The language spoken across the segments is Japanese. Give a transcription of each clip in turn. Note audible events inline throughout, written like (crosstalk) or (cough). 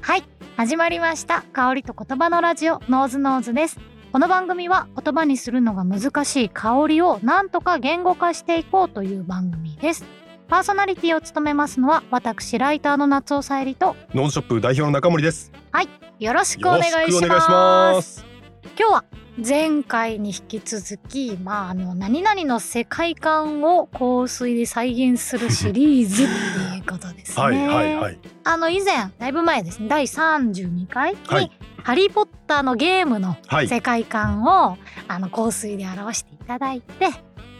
はい始まりました香りと言葉のラジオノーズノーズですこの番組は言葉にするのが難しい香りをなんとか言語化していこうという番組ですパーソナリティを務めますのは私ライターの夏尾さえりとノンショップ代表の中森です。よろしくおよろ願いししくお願いしまますす。今日は前回に引き続き、まあ、あの何々の世界観を香水で再現するシリーズっていうことですね。はいはいはい。あの以前だいぶ前ですね第32回に、はいハリー・ポッター」のゲームのはい世界観を、あの香水で表していただいて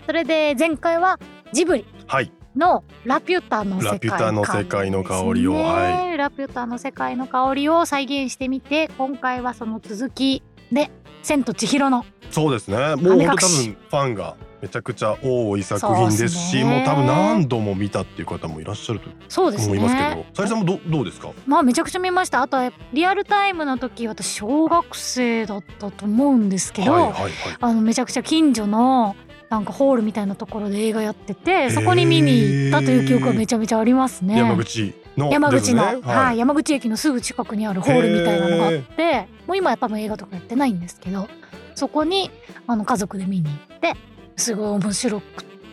それで前回はジブリはい。のラピュタの世界観ラピュタの世界の香りをですねはラピュタの世界の香りを再現してみて今回はその続きで「千と千尋のそうですね。もう本当多隠し分ファンがめちゃくちゃ多い作品ですそうっし、すねもう多分何度も見たっていう方もいらっしゃると」そうです思いますけねど、さゆりさんもどどうですか？まあめちゃくちゃ見ましたあとはリアルタイムの時私小学生だったと思うんですけど、はいはいはい。あのめちゃくちゃ近所のなんかホールみたいなところで映画やっててそこに見に行ったという記憶がめちゃめちゃありますね。山口の山口の、ですねはいい。山口駅のすぐ近くにあるホールみたいなのがあって、もう今やっぱもう映画とかやってないんですけどそこにあの家族で見に行ってすごい面白く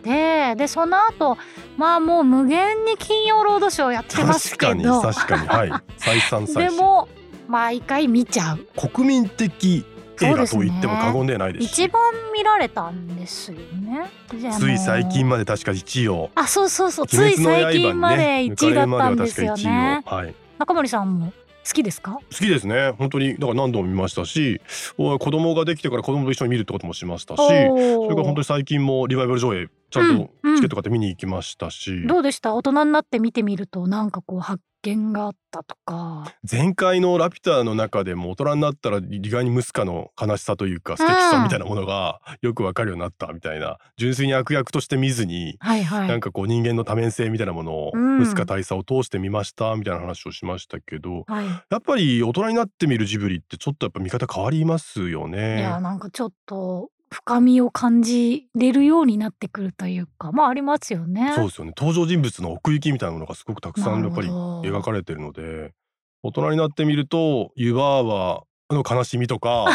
てでその後まあもう無限に金曜ロードショーやってます確けかにど確かにはい。再三で再四。も毎回見ちゃう国民的映画と言っても過言ではないです一し。番見られたんですよね。であのつい最近まで確か1位を。あそうそうそうつ鬼い滅の刃最にね近まで1位だったんですよ抜かれるまねでは確か1位をはい。中森さんも好きですか好きですね本当にだから何度も見ましたしお子供ができてから子供と一緒に見るってこともしましたしそれから本当に最近もリバイバル上映ちゃんうんうんとチケット買って見に行きましたし、どうでした大人になって見てみるとなんかこう発見があったとか前回の「ラピュタ」の中でも大人になったら意外にムスカの悲しさというか素敵さみたいなものがよくわかるようになったみたいな純粋に悪役として見ずに。はいはいなんかこう人間の多面性みたいなものを、うんムスカ大佐を通して見ましたみたいな話をしましたけどはい、いやっぱり大人になって見るジブリってちょっとやっぱ見方変わりますよね。やなんかちょっと深みを感じれるようになってくるというかまあありますよねそうですよね登場人物の奥行きみたいなものがすごくたくさんやっぱり描描かれてるので大人になってみると湯婆婆の悲しみとか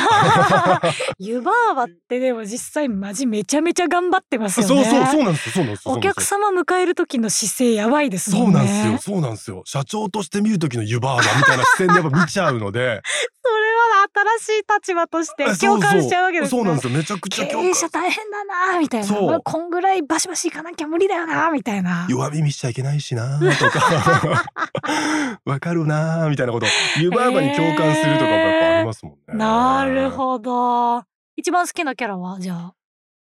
(laughs) 湯婆婆ってでも実際マジめちゃめちゃ頑張ってますそうよねそうそうなんですよそうなんですよお客様迎える時の姿勢やばいですそもうんねなんですよそうなんですよ社長として見る時の湯婆婆みたいな視線でやっぱ見ちゃうの (laughs) でそれは新しい立場としてえそう共感しちゃうわけですね。そうそうなんですよめちゃくちゃ経共営感者大変だなみたいな、そうまあこんぐらいバシバシいかなきゃ無理だよなみたいな。弱み見しちゃいけないしなーとか (laughs) わかるなーみたいなこと湯婆婆に共感するとかもやっぱありますもんね、なるほど。一番好きなキャラはじゃあ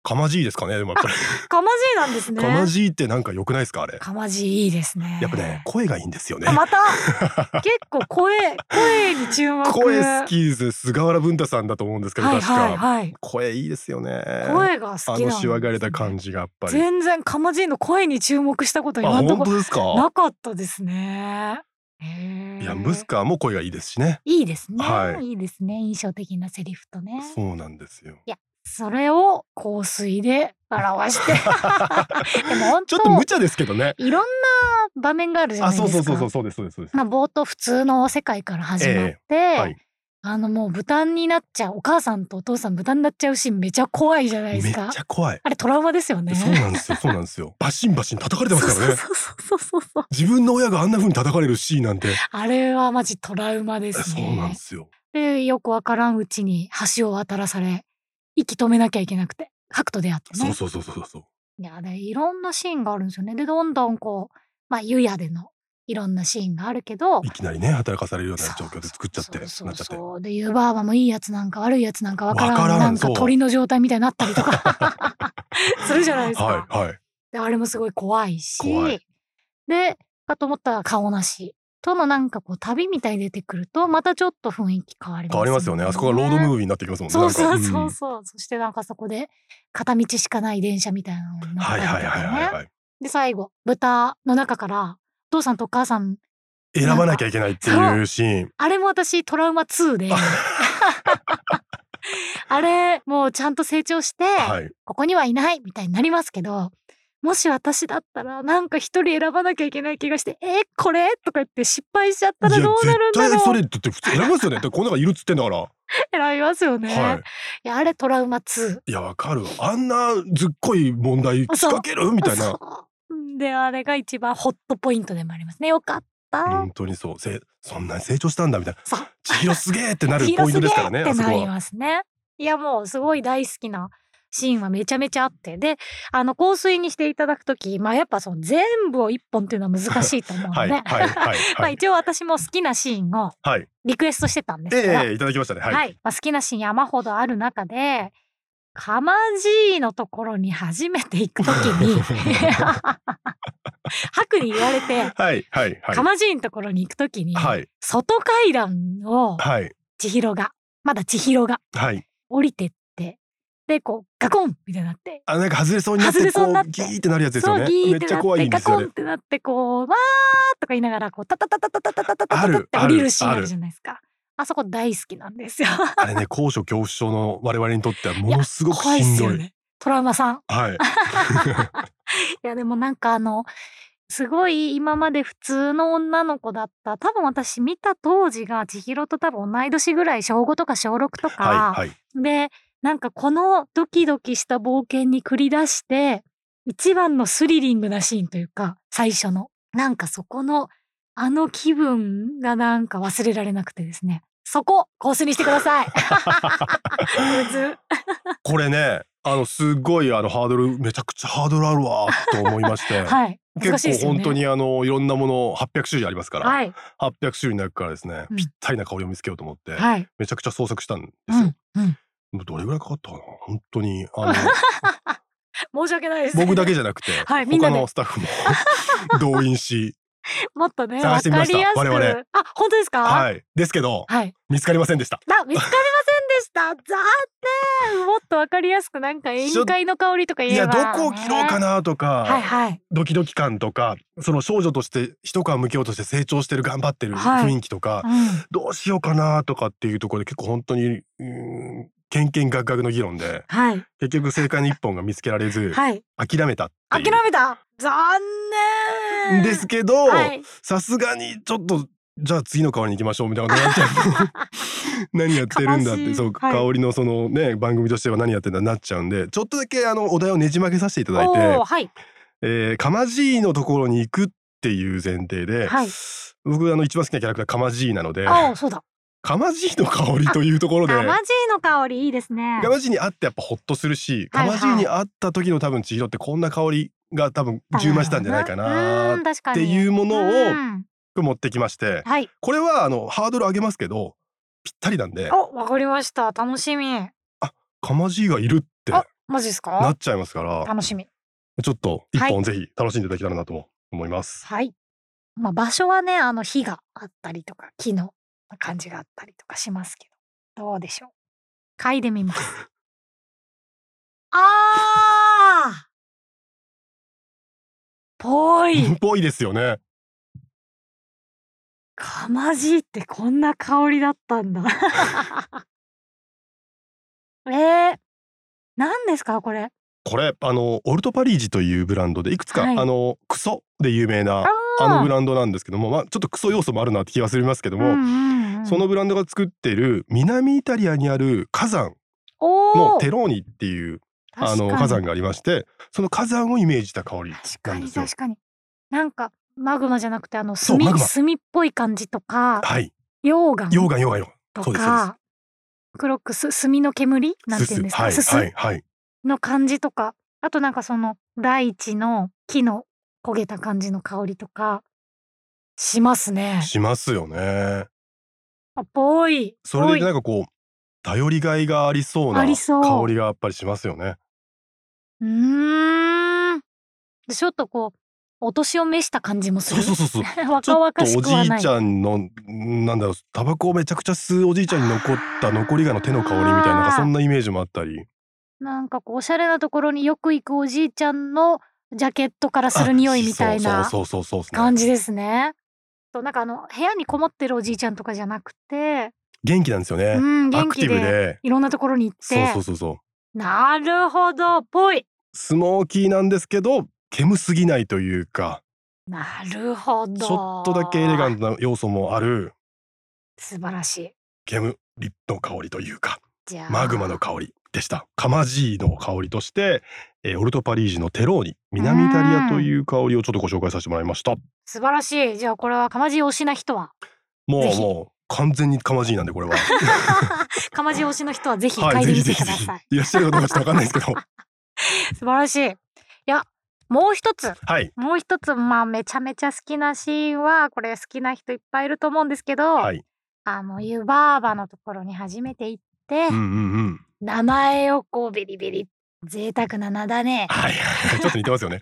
かまじいですかねでもやっぱりかまじいなんですね。かまじいってなんか良くないですかあれかまじいいいですね。やっぱね声がいいんですよねあまた結構声声に注目。声好きです菅原文太さんだと思うんですけどはい確か、はいはい。声いいですよね声が好きなあんですねのしわがれた感じがやっぱり全然かまじいの声に注目したことあ今のと本こ当ですなかかったですね。へーいやムスカも声がいいですしねいいですね、、はいいですね印象的なセリフとねそうなんですよそれを香水で表してでも本ちょっと無当茶ですけどねいろんな場面があるじゃあないそうでそすうかそうそうそうですそうですそうですまあ、冒頭普通の世界から始まって、はいあのもう豚になっちゃうお母さんとお父さん豚になっちゃうシーンめちゃ怖いじゃないめですっちかゃ怖いあれトラウマですよねそうなんですよそうなんです (laughs) よバシンバシン叩かれてますからねそうそうそうそうそう自分の親があんな風に叩かれるシーンなんてあれはマジトラウマですそうなんねですよでよくわからんうちに橋を渡らされ息止めなきゃいけなくて白と出会ってねそうそうそうそうそういや、で、いろんなシーンがあるんですよね。で、どんどんこう、まあ、湯屋でのいろんなシーンがあるけど、いきなりね働かされるようなそ状う況で作っちゃってそうそうなっちゃってそうで、湯婆婆もいいやつなんか悪いやつなんかわからん、わからんなんかそう鳥の状態みたいになったりとか (laughs) するじゃないですか。はいはいで、あれもすごい怖いし、怖いで、かと思ったら顔なし。とのなんかこう旅みたいに出てくるとまたちょっと雰囲気変わります変わりますよね。あそこがロードムービーになってきますもんね。そうそうなんかそんうそう、そしてなんかそこで片道しかない電車みたいなのに乗ったはいりとかね、はいはいはいはい。で最後豚の中からお父さんとお母さん選ばなきゃいけないっていうシーン。あれも私トラウマ2で (laughs) あれもうちゃんと成長して、はい。ここにはいないみたいになりますけどもし私だったらなんか一人選ばなきゃいけない気がしてえこれとか言って失敗しちゃったらどうなるんだいや絶対そろうれだって普通選びますよねだってこの中いるっつってんだから、選びますよね、はいい、やあれトラウマ2いやわかるあんなずっこい問題仕掛けるみたいなそうであれが一番ホットポイントでもありますねよかった、本当にそうせそんなに成長したんだみたいなそう千尋すげえってなるヒーローポイントですからねすげーあっそてこなりはますね。いやもうすごい大好きなシーンはめちゃめちゃあってであの香水にしていただくときまあやっぱその全部を一本っていうのは難しいと思うのはいで、はいはいまあはい一応私も好きなシーンを (laughs) はいリクエストしてたんですけど、ええいただきましたねは、はいいまあ、好きなシーン山ほどある中でかまじいのところに初めて行くとき (laughs) に白に言われて、はいはいはいかまじいのところに行くときに、はい外階段をはい千尋がまだ千尋がはい降りてってでこうガコンみたいになってあなんか外れそうになって外れそうになってこうギーってなるやつですそようねギめーっってちなゃっ怖いてんでガすよコンねってなってこうわーとか言いながらこうタタタタタタタタタタタあタっるて降りるシーンあるじゃないですかあそこ大好きなんですよ (laughs) あれね高所恐怖症の我々にとってはものすごく怖いっしんすどよいねトラウマさん (laughs) はいいやでもなんかあのすごい今まで普通の女の子だった多分私見た当時が千尋と多分同い年ぐらい小5とか小6とか、はいはいでなんかこのドキドキした冒険に繰り出して一番のスリリングなシーンというか最初のなんかそこのあの気分がなんか忘れられなくてですねそこコースにしてくだ (laughs) さいむずこれねあのすごいあのハードルめちゃくちゃハードルあるわと思いまして、はい難しいで結す構よね本当にあのいろんなもの800種類ありますから、はい800種類の中からですね、うんぴったりな香りを見つけようと思って、はいめちゃくちゃ捜索したんですうよ。んうん (laughs) どれぐらいかかったかな本当にあの申し訳ないです僕だけじゃなくて、はいみんな他でのスタッフも (laughs) 動員し、もっとねわ探してみかましりたやすく我々あ本当ですか、はいい、ですけどはい、見つかりませんでした。な見つかりませんでした。残念。もっとわかりやすくなんか宴会の香りとかい言えやば、ね。どこを切ろうかなとか、はいはい。ドキドキ感とかその少女として一皮向けようとして成長してる頑張ってるはい雰囲気とか、うんどうしようかなとかっていうところで結構本当にうーんけんけんがくがくの議論ではい結局正解の一本が見つけられずはい。諦めたってい諦う。めた。残念。ですけどはい。さすがにちょっとじゃあ次の顔に行きましょうみたいなことになっちゃ (laughs) う何やってるんだ悲っしていそうはい香りのそのね番組としては何やってんだになっちゃうんでちょっとだけあのお題をねじ曲げさせていたおだいてーはいえー、かまじいのところに行くっていう前提で、はい。僕あの一番好きなキャラクターかまじいなのであーそうだ。かまじいの香りというところであマジの香りいいですねか。まじいに会ってやっぱほっとするしはかいはまいじいに会った時の多分千尋ってこんな香りが多分充満したんじゃないかなうっん確かに。ていうものをうん持ってきましてはい。これはあのハードル上げますけどぴったりなんでおわかりました。楽しみ。かまじいがいるってあなマジですかっ。ちゃいますから楽しみ。ちょっと一は本ぜひ楽しんでいただけたらなと思います。はい。まあ場所はね、あの火があったりとか、木の感じがあったりとかしますけど、どうでしょう。嗅いで (laughs) みます。あーぽい (laughs) ぽいですよね。かまじいってこんな香りだったんだ。 (laughs) えー、何ですかこれ。これあのオルトパリージというブランドでいくつか、はいあのクソで有名なーあのブランドなんですけども、まあ、ちょっとクソ要素もあるなって気はするますけども、うんうんうんそのブランドが作ってる南イタリアにある火山おのーテローニっていうあ確のかに火山がありましてその火山をイメージした香り確なかんでにすよ確。かになんかマグマじゃなくてあのそう炭マグマ炭っぽい感じとかはい、溶岩溶岩溶岩溶岩。そとうですそうか黒くす炭の煙なんでてす。いうんですはかいすすはいはい。の感じとかあとなんかその大地の木の焦げた感じの香りとかしますね。しますよね。あぽいそれでいてぽないんかこう頼りがいがありそうなあり香そうりがやっぱりしますよね。うーんでちょっとこうお年を召した感じもすそうる。そうそうそう。ち (laughs) 若ょ々っとしおくじはいないちゃんのなんだろうタバコをめちゃくちゃ吸うおじいちゃんに残った残りがの手の香りみたいななんかそんなイメージもあったりなんかこうおしゃれなところによく行くおじいちゃんのジャケットからする匂いみたいあなそうそうそうそうそう感じですね。そうなんかあの部屋にこもってるおじいちゃんとかじゃなくて、元気なんですよねう、んア元クテ気ィブででいろんなところに行っそうてそうそうそうなるほどぽいスモーキーなんですけど煙すぎないというかなるほどちょっとだけエレガントな要素もある素晴らしい煙の香りというかじゃあマグマの香りでしたカマジーの香りとして、えーオルトパリージのテローニ南イタリアという香りをちょっとご紹介させてもらいました素晴らしいじゃあこれはかまじ推しな人は (laughs) もぜうひもう完全にカマジーなんでこれ (laughs) はかまじ推しの人はぜひは嗅いいでぜひみてくぜひぜだひさいいらっしゃるかどうかちょっとわかんないですけど素晴らしいいやも (laughs) う一つはいもう一つまあめちゃめちゃ好きなシーンはこれ好きな人いっぱいいると思うんですけど、はいあの湯婆婆のところに初めて行って、うんうんうん名前をこうビリビリ贅沢な名だ (laughs) ねはい (laughs) はいちょっと似てますよね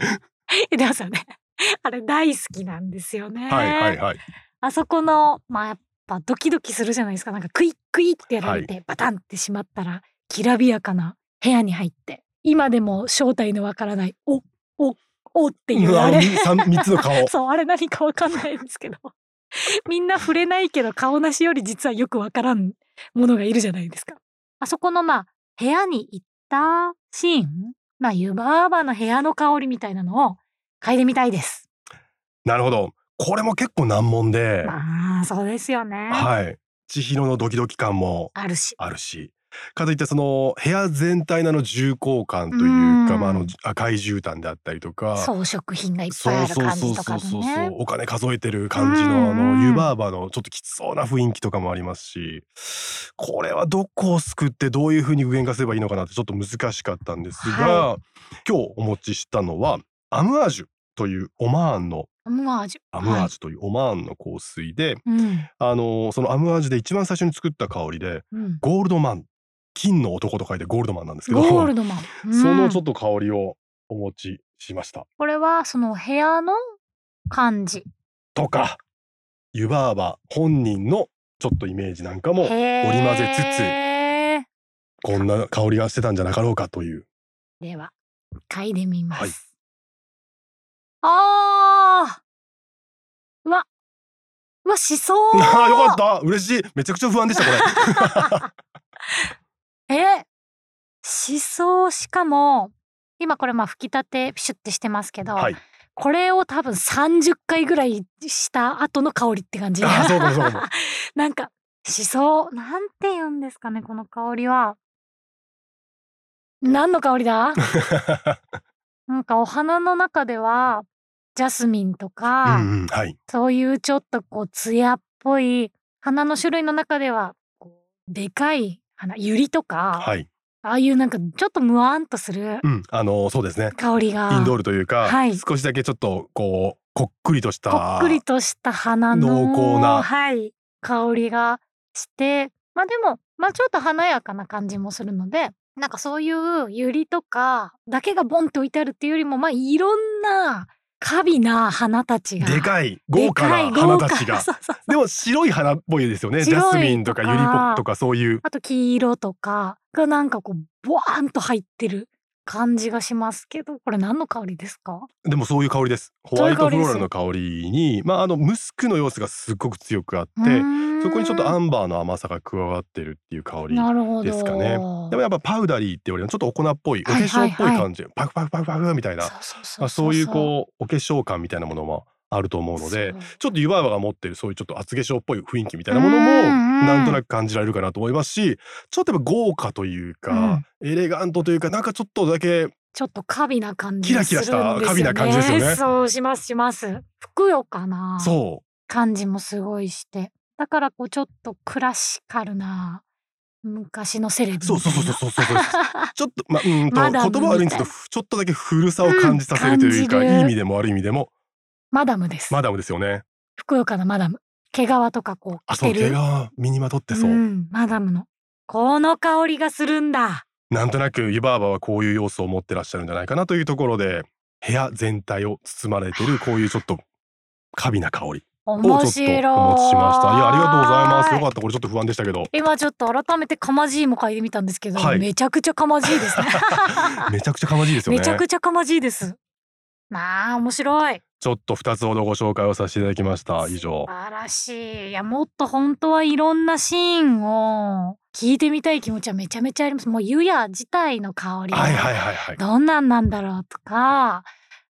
出ますよね (laughs) あれ大好きなんですよねはいはいはいあそこのまあやっぱドキドキするじゃないですかなんかクイックイってやられて、バタンってしまったらきらびやかな部屋に入って今でも正体のわからないおおおっていううわあ三れ三つ (laughs) の顔そうあれ何かわかんないんですけど (laughs) みんな触れないけど顔なしより実はよくわからんものがいるじゃないですか。あそこのまあ部屋に行ったシーンまあ湯婆婆の部屋の香りみたいなのを嗅いでみたいです。なるほどこれも結構難問で、まあそうですよね。はい千尋のドキドキ感もあるし。あるしかといってその部屋全体のあの重厚感というか、うんまあ、あの赤い絨毯であったりとか装飾品がいっぱいある感じとかそうそうそうそうねそう。お金数えてる感じうんのあうんの湯婆婆のちょっときつそうな雰囲気とかもありますしこれはどこを救ってどういうふうに具現化すればいいのかなってちょっと難しかったんですが、今日お持ちしたのはアムアージュというオマーンのアムアージュ。アムアはージュというオマーンの香水で、いうんあのそのアムアージュで一番最初に作った香りでうん。ゴールドマン金の男と書いてゴールドマンなんですけどゴールドマン。うん (laughs) そのちょっと香りをお持ちしました。これはその部屋の感じ。とか湯婆婆本人のちょっとイメージなんかも織織り交ぜつつこんな香りがしてたんじゃなかろうかというでは嗅いでみます、はいあーうわうわしそ (laughs) うあーよかった嬉しいめちゃくちゃ不安でしたこれえしそうしかも今これまあ吹き立てピシュってしてますけど、はいこれを多分30回ぐらいした後の香りって感じあーそうかもそうかも (laughs) なんかしそうなんて言うんですかねこの香りは何の香り (laughs) だなんかお花の中ではジャスミンとか、うん、うん、はいそういうちょっとこう艶っぽい花の種類の中ではこうでかい花ユリとか、はいああいうなんかちょっとムワンとするうんあのーそうですね香りがインドールというか、はい少しだけちょっとこうこっくりとしたこっくりとした花の濃厚なはい、香りがしてまあでも、まあ、ちょっと華やかな感じもするのでなんかそういうユリとかだけがボンって置いてあるっていうよりもまあいろんな華美な花たちがでかい豪華なでかい豪花華たち (laughs) がそうそうでも白い花っぽいですよねジャ白いスミンとかユリポッとかそういうあと黄色とかがなんかこうボワーンと入ってる感じがしますけどこれ何の香りですかでもそういう香りですホそうワいうイ香トりフですローラルの香りにまああのムスクの要素がすっごく強くあって、そこにちょっとアんンバーの甘さが加わってるっていう香り。なるほどですかねでもやっぱパウダリーってよりはちょっとお粉っぽいお化はいは粧いっぽい感じ、パクパクパクパクみたいなそうまそうそあうそういうこうお化粧感みたいなものもあると思うのでそうちょっと湯婆婆が持ってるそういうちょっと厚化粧っぽい雰囲気みたいなものもうんうんなんとなく感じられるかなと思いますしちょっとやっぱ豪華というか、エレガントというかなんかちょっとだけちょっとカビな感じキがラすキるんラですしよねたカビな感じですよねそうしますしますふくよかなそ感じもすごいしてだからこうちょっとクラシカルな昔のセレブうそうそうそうそうそうそうですちょっとまあうんとマ言ダムみたい葉悪いんですけどちょっとだけ古さを感じさせるというか、うん感じるいい意味でも悪い意味でも (laughs) マダムです、マダムですよね。ふくよかなマダム毛皮とかこうあ着そてうる毛が身にまとってそう、ん、マダムのこの香りがするんだなんとなく湯婆婆はこういう要素を持ってらっしゃるんじゃないかなというところで部屋全体を包まれてるこういうちょっと華美な香りをちょっとお面持白ちしいましたいやありがとうございますよかったこれちょっと不安でした (laughs) けど今ちょっと改めてかまじいも嗅いでみたんですけど、はいめちゃくちゃかまじいです (laughs) ねめちゃくちゃかまじいですよめねちゃくちゃかまじいですなあ面白いちょっと二つほどご紹介をさせていただきました以素上晴らしいいやもっと本当はいろんなシーンを聞いてみたい気持ちはめちゃめちゃありますもう湯や自体の香りはいはいはいはいどんなんなんだろうとか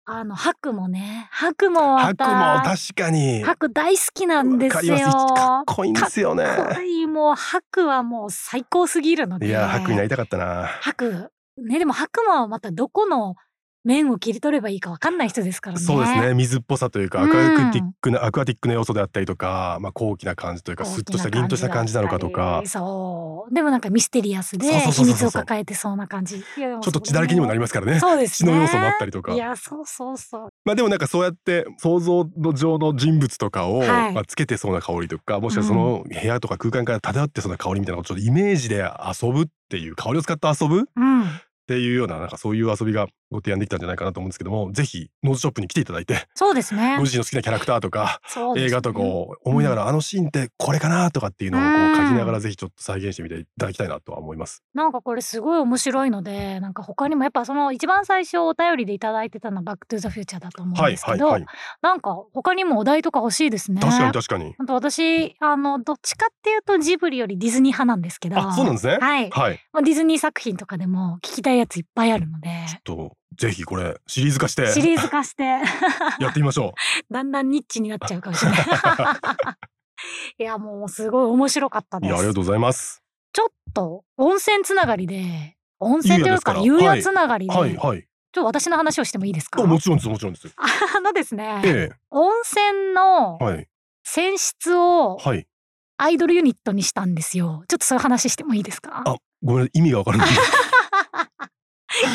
あの白もね白もま白たも確かに白大好きなんですよわかりますかっこいいんですよねかっこいいもう白はもう最高すぎるのでいや白になりたかったな白ねでも白もまたどこの面を切り取ればいいかわかんない人ですからねそうですね水っぽさというかアクうんアティックな、アクアティックな要素であったりとか、まあ、高貴な感じというかスッとした凛とした感じなのかとかそうでもなんかミステリアスでそうそ秘うそうそうそう密を抱えてそうな感じちょちょっと血だらけにもなりますからねそうです血ねの要素もあったりとかいやそうそうそうまあでもなんかそうやって想像の上の人物とかを、はいまあ、つけてそうな香りとかもしくはその部屋とか空間から漂ってそうな香りみたいなことをちょっとイメージで遊ぶっていう香りを使って遊ぶっうんていうようななんかそういう遊びがご提案できたんじゃないかなと思うんですけどもぜひノーズショップに来ていただいてそうですねご自身の好きなキャラクターとかそうですね映画とかを思いながら、あのシーンってこれかなとかっていうのをこうんう書きながらぜひちょっと再現してみていただきたいなとは思います。なんかこれすごい面白いのでなんか他にもやっぱその一番最初お便りでいただいてたのは「バック・トゥ・ザ・フューチャー」だと思うんはいですはけいど、はい。なんか他にもお題とか欲しいですね。確かに確かに。あと私あのどっちかっていうとジブリよりディズニー派なんですけどあそうなんですね。はいはい。まあ、ディズニー作品とかでも聞きたいやついっぱいあるのでとぜひこれシリーズ化してシリーズ化して (laughs) やってみましょう。だんだんニッチになっちゃうかもしれない。 (laughs) いやもうすごい面白かったいでやありすが。とうございます。ちょっと温泉つながりで温泉というか湯夕屋夜ですからつながりで、はいちょっはい。と私の話をしてもいいですかあもちろんですもちろんです。 (laughs) あのですね、え温泉のえはい泉質をはい。アイドルユニットにしたんですよ。ちょっとそういう話してもいいですかあごめんなさい意味が (laughs) わからない。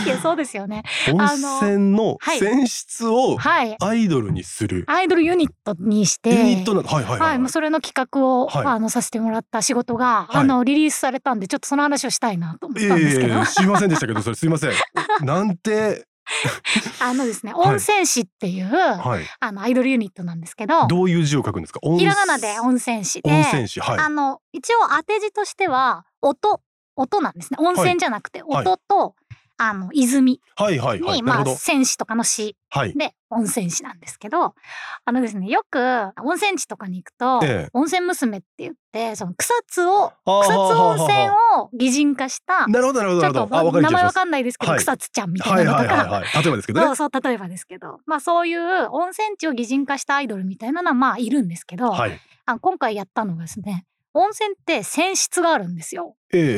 いやそうですよね。温あの泉のはい泉質をはい。アイドルにするアイドルユニットにして、ユニットなはいはいは、はいいもう。それの企画を、はいあのさせてもらった仕事が、はいあのリリースされたんでちょっとその話をしたいなと思っええたんですけど、知りませんでしたけどそれすい (laughs) ません。なんてあのですねはい温泉師っていう、はい。あのアイドルユニットなんですけどどういう字を書くんですか。温ひらがなで温泉師で、温泉市はいあの一応当て字としては音音なんですね温泉じゃなくてはい音と、あの泉はいはいに、はいまなるあほど戦士とかの詩はいで温泉師なんですけどあのですねよく温泉地とかに行くと、ええ温泉娘って言ってその草津をあー草津温泉はあはを擬人化したなるほどなるほどちなょるっほとどあわか名りち前ゃいまわすかんないですけど、はい草津ちゃんみたはいいなのはといか、はいはい例えばですけどそねうそう例えばですけど、まあ、そういう温泉地を擬人化したアイドルみたいなのはまあいるんですけど、はいあ今回やったのがですね温泉って泉質があるんですよ。ええええ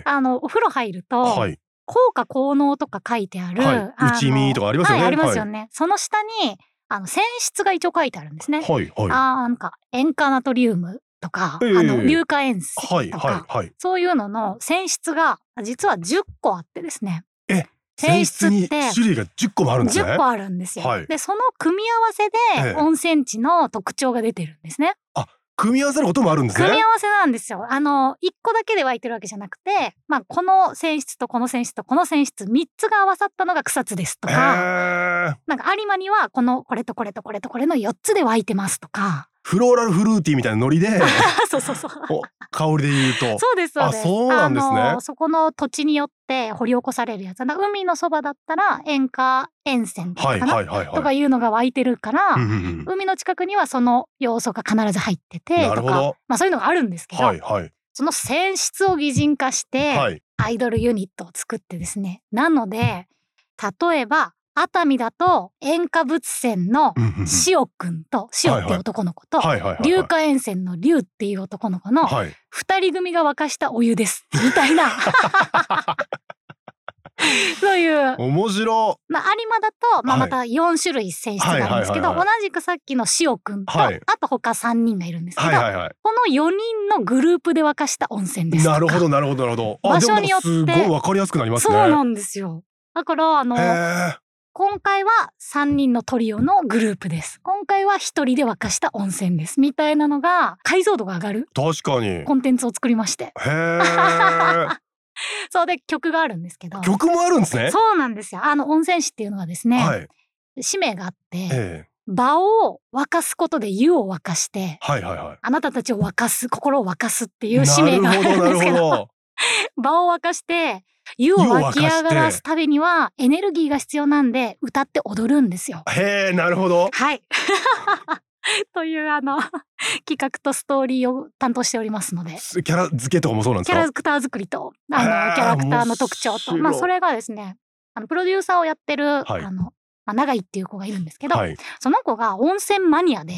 えあのお風呂入ると、えはい効果効能とか書いてある、はいあの内見とかありますよねはいありますよね。その下にあの泉質が一応書いてあるんですね。はいはいはあーなんか塩化ナトリウムとか、ええあの硫化塩石とか、いはいはいそういうのの泉質が実は10個あってですねえ泉質っにて種類が10個もあるんですね10個あるんですよ。はいでその組み合わせええで温泉地の特徴が出てるんですね。組み合わせることもあるんです組みね合わせなんですよ。あの1個だけで湧いてるわけじゃなくて、まあ、この泉質とこの泉質とこの泉質3つが合わさったのが草津ですとへか。えなんか有馬にはこのこれとこれとこれとこれの4つで湧いてますと (laughs) かフローラルフルーティーみたいなノリで (laughs) そうそうそうお香りで言うとそうですそうです。あそうなんですねあのそこの土地によって掘り起こされるやつ。なんか海のそばだったら塩化塩泉とか,、はいはいはいとかはいいうのが湧いてるから、うんうんうん海の近くにはその要素が必ず入っててなるとほかど、まあそういうのがあるんですけど、はいはいその泉質を擬人化して、はいアイドルユニットを作ってですね。なので例えば熱海だと塩化物泉のうんうんうん塩くんと塩って男の子とはいはいはいはい硫化塩泉の硫っていう男の子のはい二人組が沸かしたお湯ですみたい (laughs) なそういう。面白まあ、有馬だと、まあ、はまいた4種類選出があるんですけど、はいはいはい同じくさっきの塩くんと、はいあと他3人がいるんですけど、はいはいはいこの4人のグループで沸かした温泉ですとかなるほどなるほどなるほど。あ場所によってでもなんかすごいわかりやすくなりますそうね。なんですよだからあのへえ。今回は3人のトリオのグループです今回は1人で沸かした温泉ですみたいなのが解像度が上がる確かに。へコンテンツを作りまして (laughs) え。そうで曲があるんですけど曲もあるんですね。そうなんですよ。あの温泉師っていうのはですね、はい。使命があって、ええ。場を沸かすことで湯を沸かして、はいはいはい。あなたたちを沸かす、心を沸かすっていう使命があなるほるんどですなけるど、ほど。場を沸かして、湯を沸き上がらすためにはエネルギーが必要なんで歌って踊るんですよ。へえなるほど。はい。 (laughs) というあの (laughs) 企画とストーリーを担当しておりますので。すキャラ付けとかもそうなんでキすャラか。クター作りとへあのーキャラクターの特徴と、面白いまあ、それがですねあのプロデューサーをやってる、はいあのまあ、長井っていう子がいるんですけど、はいその子が温泉マニア (laughs) で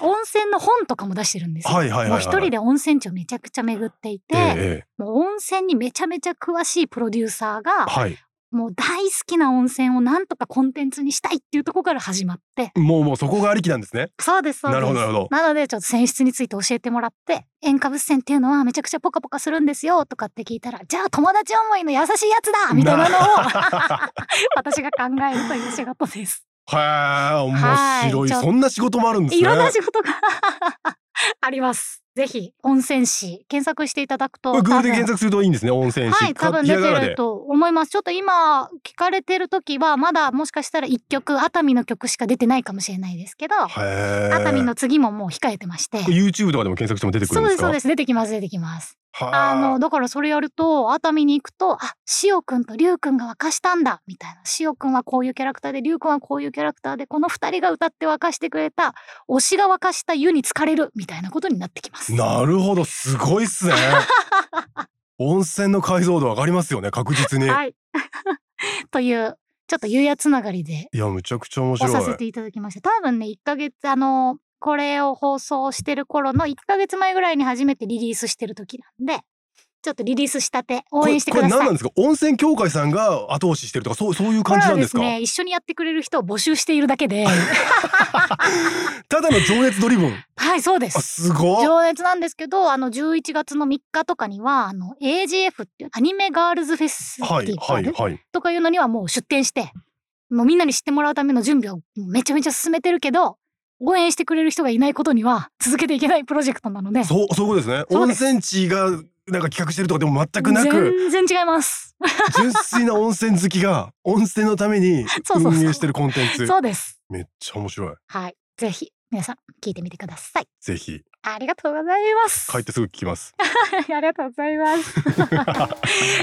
温泉の本とかも出してるんですよ。はいはいはいはいもう一人で温泉地をめちゃくちゃ巡っていて、ええええもう温泉にめちゃめちゃ詳しいプロデューサーが、はいもう大好きな温泉をなんとかコンテンツにしたいっていうところから始まってもうもうそこがありきなんですねそうですそうですなるほどなるほどなのでちょっと泉質について教えてもらって塩化物泉っていうのはめちゃくちゃポカポカするんですよとかって聞いたらじゃあ友達思いの優しいやつだみたいなのを (laughs) 私が考えるという仕事です。はい面白はいいちょそんな仕事もあるんですねいろんな仕事が (laughs) あります。ぜひ温泉市検索していただくとこれ Google で多分検索するといいんですね温泉市はい、多分ひ出らがなてるでと思います。ちょっと今聞かれてる時はまだもしかしたら一曲熱海の曲しか出てないかもしれないですけど、へー熱海の次ももう控えてまして。 YouTube とかでも検索しても出てくるそんうでですすそうかです出てきます出てきます。はああのだからそれやると熱海に行くとあ塩くんと龍くんが沸かしたんだみたいな塩くんはこういうキャラクターで龍くんはこういうキャラクターでこの二人が歌って沸かしてくれた推しが沸かした湯に浸かれるみたいなことになってきます。なるほどすごいっ (laughs) すね温泉の解像度上がりますよね確実に、はい。 (laughs) というちょっと湯屋つながりでい、やむちゃくちゃ面を白さいせていただきました多分ね1ヶ月あのこれを放送してる頃の1ヶ月前ぐらいに初めてリリースしてる時なんでちょっとリリースしたて応援してくだこれこれ何さいなんですか温泉協会さんが後押ししてるとかそうそういうこ感れじなはんでですすかね一緒にやってくれる人を募集しているだけで (laughs) ただの情熱ドリブン (laughs) はいそうであすすごい情熱なんですけどあの11月の3日とかにはあの AGF っていうアニメガールズフェスティバはルいはいはいとかいうのにはもう出店してもうみんなに知ってもらうための準備をめちゃめちゃ進めてるけど応援してくれる人がいないことには続けていけないプロジェクトなのでそうそういうことですねそう温です泉地がなんか企画してるとかでも全くなく全然違います。純粋な温泉好きが温泉のために (laughs) そうそうそう運営してるコンテンツそうです。めっちゃ面白いはい。ぜひ皆さん聞いてみてください。ぜひありがとうございます。帰ってすぐ聞きます (laughs) ありがとうござい (laughs) ます。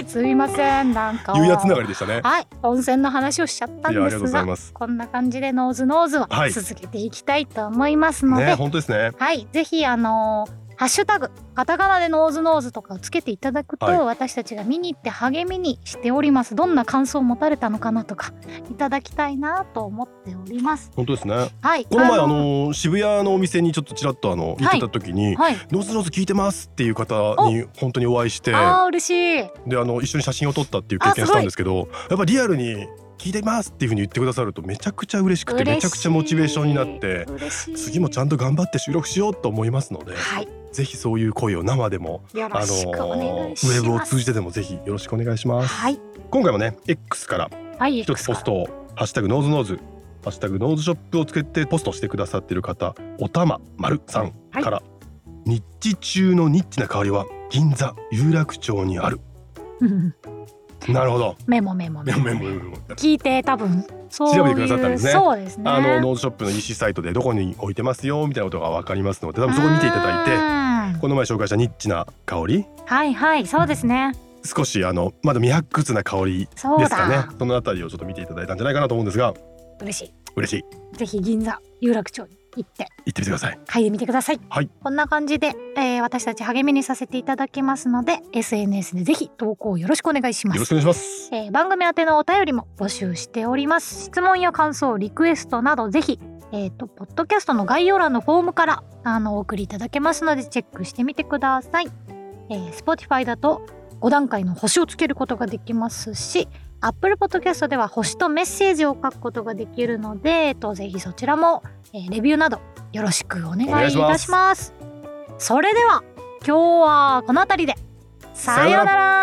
すみません。なんか夕やつながりでしたねはい。温泉の話をしちゃったいやあんでりがすとうございが、ますこんな感じでノーズノーズははい続けていきたいと思いますので、ね本当ですねはい、ぜひあのーハッシュタグカタカナでノーズノーズとかをつけていただくと、はい私たちが見に行って励みにしておりますどんな感想を持たれたのかなとかいただきたいなと思っております本当ですねはいこの前あのー渋谷のお店にちょっとちらっとあの行ってた時に、はいノーズノーズ聞いてますっていう方に本当にお会いしてあー嬉しいであの一緒に写真を撮ったっていう経験したんですけどやっぱリアルに聞いてますっていうふうに言ってくださるとめちゃくちゃ嬉しくて嬉しいめちゃくちゃモチベーションになって嬉しい次もちゃんと頑張って収録しようと思いますのではいぜひそういう声を生でもよろあしくおの願ウいします、ェブを通じてでもぜひよろしくお願いしますはい今回もね X からはい一つポストを「ハッシュタグノーズノーズ」「ハッシュタグノーズショップ」をつけてポストしてくださってる方おたま丸さんはいから、日地中のニッチな香りは銀座有楽町にあるうんなるほどメモメモメメモモメモメモ聞いて多分そういう調べてくださったんですねそうですねあのノーズショップの EC サイトでどこに置いてますよみたいなことが分かりますので多分そこ見ていただいていこの前紹介したニッチな香りはいはいそうですね少しあのまだ未発掘な香りそうだですかねそのあたりをちょっと見ていただいたんじゃないかなと思うんですが嬉し嬉しいいぜひ銀座有楽町に行って行ってみてください嗅いでみてください、はいこんな感じで、えー私たち励みにさせていただきますので SNS でぜひ投稿よろしくお願いしまよろすしくお願いしますえー番組宛てのお便りも募集しております質問や感想リクエストなどぜひえー、とポッドキャストの概要欄のフォームからあのお送りいただけますのでチェックしてみてください、えー、Spotify だと5段階の星をつけることができますし Apple Podcast では星とメッセージを書くことができるので、えっと、ぜひそちらも、えーレビューなどよろしくお願いいお願いしますたしますそれでは今日はこの辺りでさようなら